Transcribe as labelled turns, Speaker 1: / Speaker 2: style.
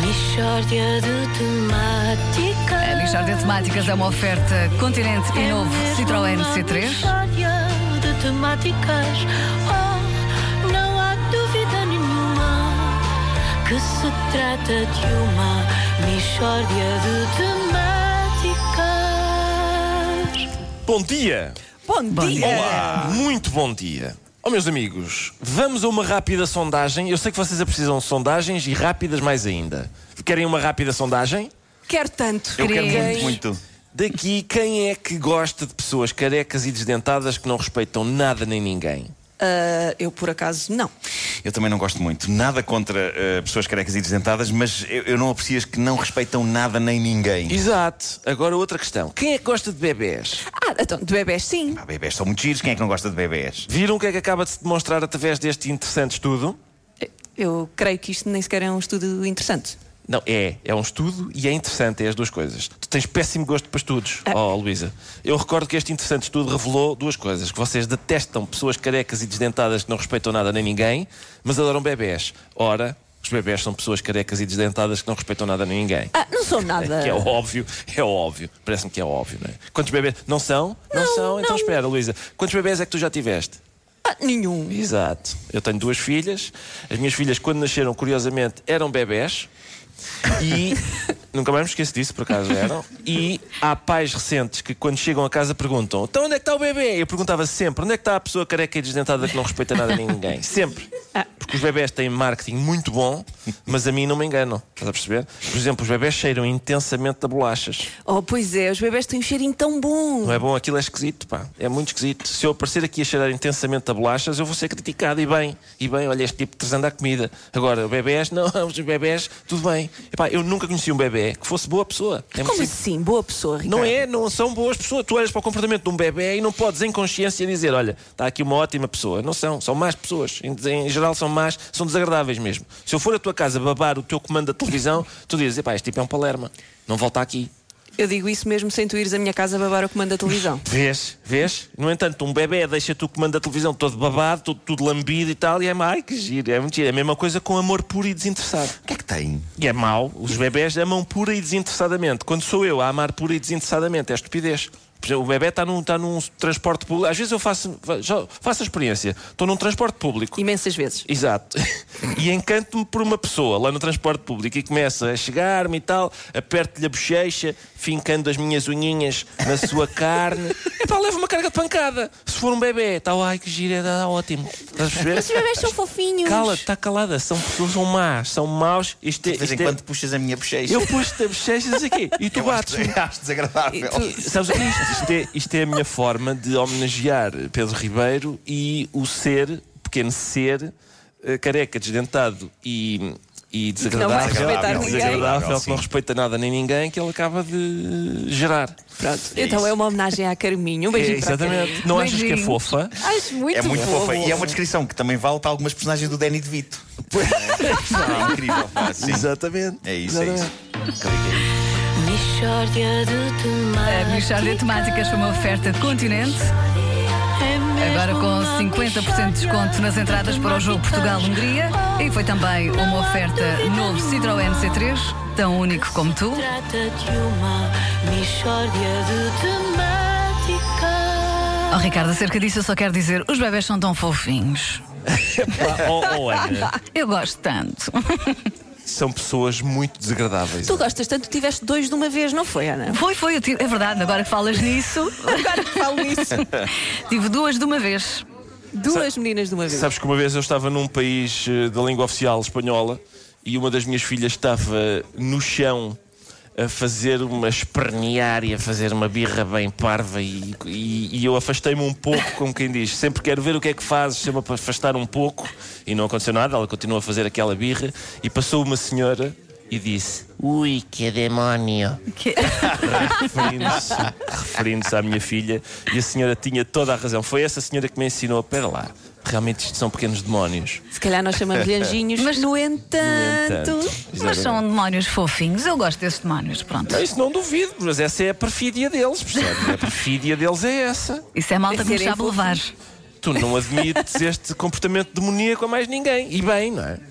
Speaker 1: Mixórdia de temáticas. É
Speaker 2: A Michórdia de Temáticas é uma oferta Continente e novo Citroën C3.
Speaker 1: Mixórdia de temáticas. Oh, não há dúvida nenhuma que se trata de uma Mixórdia de temáticas.
Speaker 3: Bom dia!
Speaker 4: Bom dia!
Speaker 3: Olá! Muito bom dia! Oh, meus amigos, vamos a uma rápida sondagem. Eu sei que vocês precisam de sondagens e rápidas mais ainda. Querem uma rápida sondagem?
Speaker 4: Quero tanto.
Speaker 2: Eu quero
Speaker 4: Queres?
Speaker 2: muito,
Speaker 3: Daqui, quem é que gosta de pessoas carecas e desdentadas que não respeitam nada nem ninguém?
Speaker 4: Ah, eu, por acaso, não.
Speaker 5: Eu também não gosto muito. Nada contra eh, pessoas carecas e desdentadas, mas eu, eu não aprecio as que não respeitam nada nem ninguém.
Speaker 3: Exato. Agora outra questão. Quem é que gosta de bebés?
Speaker 4: Ah, então, de bebés, sim.
Speaker 5: Pá, bebés são muito giros, quem é que não gosta de bebés?
Speaker 3: Viram o que é que acaba de se demonstrar através deste interessante estudo?
Speaker 4: Eu creio que isto nem sequer é um estudo interessante.
Speaker 3: Não, é. É um estudo e é interessante, é as duas coisas. Tu tens péssimo gosto para estudos, oh Luísa. Eu recordo que este interessante estudo revelou duas coisas: que vocês detestam pessoas carecas e desdentadas que não respeitam nada nem ninguém, mas adoram bebés. Ora, os bebés são pessoas carecas e desdentadas que não respeitam nada nem ninguém.
Speaker 4: Ah, não sou nada.
Speaker 3: Que é óbvio, é óbvio. Parece-me que é óbvio, não é? Quantos bebés. Não são? Não,
Speaker 4: Não,
Speaker 3: são? Então
Speaker 4: não.
Speaker 3: espera, Luísa. Quantos bebés é que tu já tiveste?
Speaker 4: Ah, nenhum.
Speaker 3: Exato. Eu tenho duas filhas. As minhas filhas, quando nasceram, curiosamente, eram bebés. E nunca mais me esqueço disso, por acaso eram. E há pais recentes que, quando chegam a casa, perguntam: então onde é que está o bebê? Eu perguntava sempre: onde é que está a pessoa careca e desdentada que não respeita nada a ninguém? Sempre. Porque os bebés têm marketing muito bom, mas a mim não me enganam. Estás a perceber? Por exemplo, os bebés cheiram intensamente a bolachas.
Speaker 4: Oh, pois é, os bebés têm um cheirinho tão bom.
Speaker 3: Não é bom, aquilo é esquisito, pá. É muito esquisito. Se eu aparecer aqui a cheirar intensamente a bolachas, eu vou ser criticado. E bem, e bem, olha, este tipo trazendo à comida. Agora, bebés, não, os bebés, tudo bem. Epá, eu nunca conheci um bebê que fosse boa pessoa. É
Speaker 4: Como
Speaker 3: muito
Speaker 4: assim? Boa pessoa, Ricardo.
Speaker 3: não é, não são boas pessoas. Tu olhas para o comportamento de um bebê e não podes, em consciência, dizer: olha, está aqui uma ótima pessoa. Não são, são más pessoas. Em, em geral, são más, são desagradáveis mesmo. Se eu for à tua casa babar o teu comando da televisão, tu dizes: epá, este tipo é um palerma. Não volta aqui.
Speaker 4: Eu digo isso mesmo sem tu ires à minha casa babar o comando da televisão.
Speaker 3: Vês, vês? No entanto, um bebê deixa-te o comando da televisão todo babado, todo, tudo lambido e tal, e é mau, ai que giro, é muito giro. É a mesma coisa com amor puro e desinteressado.
Speaker 5: O que é que tem?
Speaker 3: E é mau, os bebés amam pura e desinteressadamente. Quando sou eu a amar pura e desinteressadamente, é estupidez. Por exemplo, O bebê está num, está num transporte público. Às vezes eu faço, já faço a experiência. Estou num transporte público.
Speaker 4: Imensas vezes.
Speaker 3: Exato. E encanto-me por uma pessoa lá no transporte público e começa a chegar-me e tal, aperto-lhe a bochecha, fincando as minhas unhinhas na sua carne. Epá, leva uma carga de pancada. Se for um bebê, está, ai que gira, está ótimo. Estás a perceber?
Speaker 4: Os bebés são fofinhos.
Speaker 3: Cala, está calada. São pessoas, são más, são maus. Isto é,
Speaker 5: De vez em
Speaker 3: isto é-
Speaker 5: quando puxas a minha bochecha.
Speaker 3: Eu pus-te a bochecha, não sei o quê, e tu
Speaker 5: Eu acho,
Speaker 3: bates.
Speaker 5: acho desagradável.
Speaker 3: Sabes o que é isto? Isto é, isto é a minha forma de homenagear Pedro Ribeiro e o ser, pequeno ser, eh, careca, desdentado e, e
Speaker 4: não vai
Speaker 3: desagradável.
Speaker 4: respeitar ninguém.
Speaker 3: desagradável, que
Speaker 5: Sim.
Speaker 3: não respeita nada nem ninguém, que ele acaba de gerar.
Speaker 4: Pronto.
Speaker 5: É
Speaker 4: então
Speaker 5: isso.
Speaker 4: é uma homenagem à Carminho. Um
Speaker 3: É,
Speaker 4: beijinho para a
Speaker 3: exatamente. Não achas que é
Speaker 2: Beijinho.
Speaker 3: fofa?
Speaker 2: Acho muito,
Speaker 5: É muito
Speaker 2: fofo.
Speaker 5: fofa. E é uma descrição que também vale para algumas personagens do Danny DeVito. É incrível. pá, sim.
Speaker 3: Exatamente.
Speaker 5: É isso, é isso.
Speaker 1: Mixórdia de
Speaker 2: A
Speaker 1: temáticas.
Speaker 2: Michórdia de Temáticas foi uma oferta Continente,
Speaker 1: É mesmo
Speaker 2: agora com
Speaker 1: uma
Speaker 2: 50% de desconto nas entradas para o jogo Portugal-Hungria. E foi também uma oferta novo Citroën C3, tão único como tu.
Speaker 1: Trata de uma mistória de
Speaker 2: Oh,
Speaker 1: temáticas.
Speaker 2: Ricardo, acerca disso eu só quero dizer, os bebés são tão fofinhos.
Speaker 3: Oh, oh, Ana,
Speaker 2: Eu gosto tanto.
Speaker 3: são pessoas muito desagradáveis.
Speaker 4: Tu gostas tanto que tiveste dois de uma vez, não foi, Ana?
Speaker 2: Foi, foi, eu tive, é verdade, agora que falas nisso,
Speaker 4: Agora que falo isso.
Speaker 2: tive duas de uma vez.
Speaker 4: Duas meninas de uma vez.
Speaker 3: Sabes que uma vez eu estava num país eh, da língua oficial espanhola e uma das minhas filhas estava no chão a fazer uma espernear e a fazer uma birra bem parva e, e- e eu afastei-me um pouco, como quem diz, sempre quero ver o que é que fazes, sempre para afastar um pouco e não aconteceu nada, ela continuou a fazer aquela birra e passou uma senhora e disse, ui, que demónio referindo-se referindo-se à minha filha, e a senhora tinha toda a razão. Foi essa senhora que me ensinou, pera lá, realmente isto são pequenos demónios.
Speaker 4: Se calhar nós chamamos-lhe anjinhos, mas no entanto.
Speaker 2: Mas são demónios fofinhos, eu gosto desses demónios, pronto.
Speaker 3: Não, Ah, Isso não duvido, mas essa é a perfídia deles, percebes? A perfídia deles é essa.
Speaker 2: Isso é malta que nos
Speaker 4: Serem
Speaker 2: sabe levar.
Speaker 3: Tu não admites este comportamento demoníaco a mais ninguém. E bem, não é?